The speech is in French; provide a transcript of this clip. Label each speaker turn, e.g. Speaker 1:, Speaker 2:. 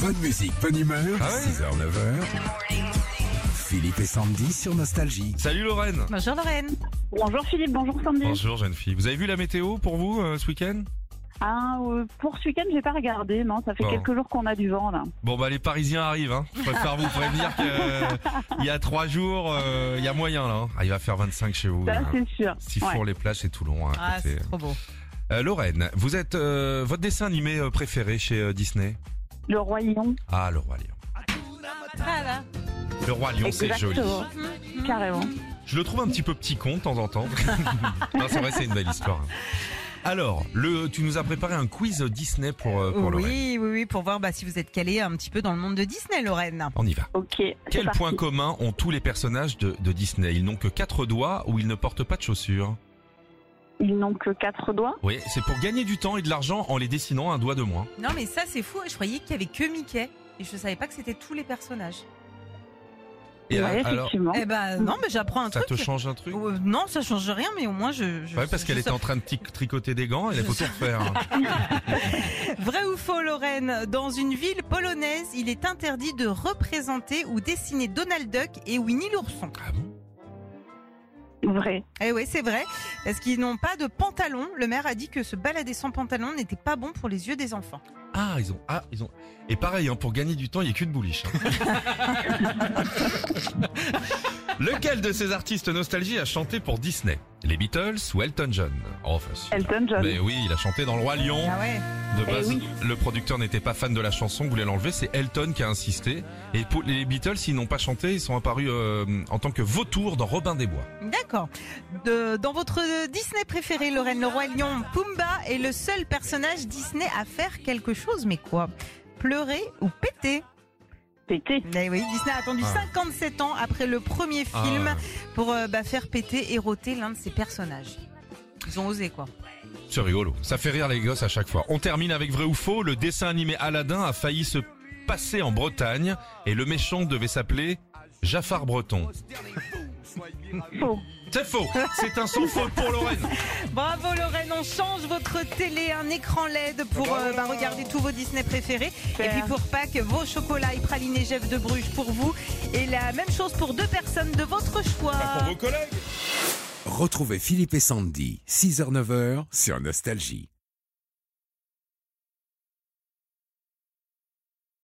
Speaker 1: Bonne musique, bonne humeur. 6h, 9h. Philippe et Sandy sur Nostalgie.
Speaker 2: Salut Lorraine.
Speaker 3: Bonjour Lorraine.
Speaker 4: Bonjour Philippe, bonjour Sandy.
Speaker 2: Bonjour jeune fille. Vous avez vu la météo pour vous euh, ce week-end
Speaker 4: Ah, euh, pour ce week-end, j'ai pas regardé, non. Ça fait
Speaker 2: Bon.
Speaker 4: quelques jours qu'on a du vent là.
Speaker 2: Bon bah les Parisiens arrivent. Hein. Je préfère vous prévenir qu'il y a trois jours, euh, il y a moyen là. hein. Ah, il va faire 25 chez vous.
Speaker 4: Ça,
Speaker 2: hein.
Speaker 4: Bah, c'est sûr.
Speaker 2: Sifour,
Speaker 4: Ouais.
Speaker 2: les plages et Toulon. hein, à
Speaker 3: Ah,
Speaker 2: côté.
Speaker 3: c'est trop beau.
Speaker 2: Euh, Lorraine, vous êtes euh, votre dessin animé euh, préféré chez euh, Disney
Speaker 4: Le Roi Lion,
Speaker 2: Ah le roi lion.
Speaker 3: Ah là.
Speaker 2: Le roi lion, c'est joli.
Speaker 4: exactement.
Speaker 3: Mmh.
Speaker 4: Carrément.
Speaker 2: Je le trouve un petit peu petit con de temps en temps. non, c'est vrai, c'est une belle histoire. hein. Alors, le, tu nous as préparé un quiz Disney pour, euh, pour Lorraine.
Speaker 3: oui, oui, oui, pour voir bah, si vous êtes calé un petit peu dans le monde de Disney, Lorraine.
Speaker 2: On y va.
Speaker 4: Ok. c'est
Speaker 2: Quel
Speaker 4: parti.
Speaker 2: point commun ont tous les personnages de, de Disney Ils n'ont que quatre doigts ou ils ne portent pas de chaussures
Speaker 4: Ils n'ont que quatre doigts.
Speaker 2: Oui, c'est pour gagner du temps et de l'argent en les dessinant un doigt de moins.
Speaker 3: Non, mais ça, c'est fou. Je croyais qu'il y avait que Mickey. Et je savais pas que c'était tous les personnages.
Speaker 2: Et
Speaker 4: ouais,
Speaker 2: euh, alors,
Speaker 4: effectivement.
Speaker 3: Eh ben, non, mais j'apprends un
Speaker 2: ça te
Speaker 3: truc.
Speaker 2: change un truc
Speaker 3: Euh, non, ça change rien, mais au moins je. je
Speaker 2: Ouais, parce
Speaker 3: je-
Speaker 2: qu'elle
Speaker 3: je
Speaker 2: était en train de tic- tricoter des gants, elle a
Speaker 3: Je
Speaker 2: faut tout refaire. hein.
Speaker 3: Vrai ou faux, Lorraine Dans une ville polonaise, il est interdit de représenter ou dessiner Donald Duck et Winnie l'ourson.
Speaker 2: Ah bon
Speaker 4: Vrai.
Speaker 3: Eh oui, c'est vrai, parce qu'ils n'ont pas de pantalon. Le maire a dit que se balader sans pantalon n'était pas bon pour les yeux des enfants.
Speaker 2: Ah, ils ont. Ah, ils ont. Et pareil, hein, pour gagner du temps, il n'y a qu'une bouliche. hein. Lequel de ces artistes nostalgie a chanté pour Disney Les Beatles ou Elton John Oh, facile.
Speaker 4: Elton John.
Speaker 2: Mais oui, il a chanté dans Le Roi Lion.
Speaker 3: Ah ouais
Speaker 2: De
Speaker 4: Eh
Speaker 2: base,
Speaker 4: oui.
Speaker 2: le producteur n'était pas fan de la chanson, voulait l'enlever. C'est Elton qui a insisté. Et pour les Beatles, ils n'ont pas chanté, ils sont apparus euh, en tant que vautours dans Robin des Bois.
Speaker 3: D'accord. De- Dans votre Disney préféré, Lorraine, le roi lion, Pumba est le seul personnage Disney à faire quelque chose, mais quoi Pleurer ou péter
Speaker 4: Pété.
Speaker 3: Eh oui, Disney a attendu
Speaker 2: Ah.
Speaker 3: 57 ans après le premier film pour euh, bah, faire péter et roter l'un de ses personnages. Ils ont osé quoi.
Speaker 2: C'est rigolo. Ça fait rire les gosses à chaque fois. On termine avec vrai ou faux. Le dessin animé Aladdin a failli se passer en Bretagne et le méchant devait s'appeler Jafar Breton.
Speaker 4: Faux.
Speaker 2: C'est faux. C'est un sans faute pour Lorraine.
Speaker 3: Bravo Lorraine, on change votre télé, un écran LED pour euh, bah, regarder tous vos Disney préférés. Et puis pour Pâques, vos chocolats et pralinés Jeff de Bruges pour vous. Et la même chose pour deux personnes de votre choix.
Speaker 2: Pour vos collègues.
Speaker 1: Retrouvez Philippe et Sandy, 6h, 9h sur Nostalgie.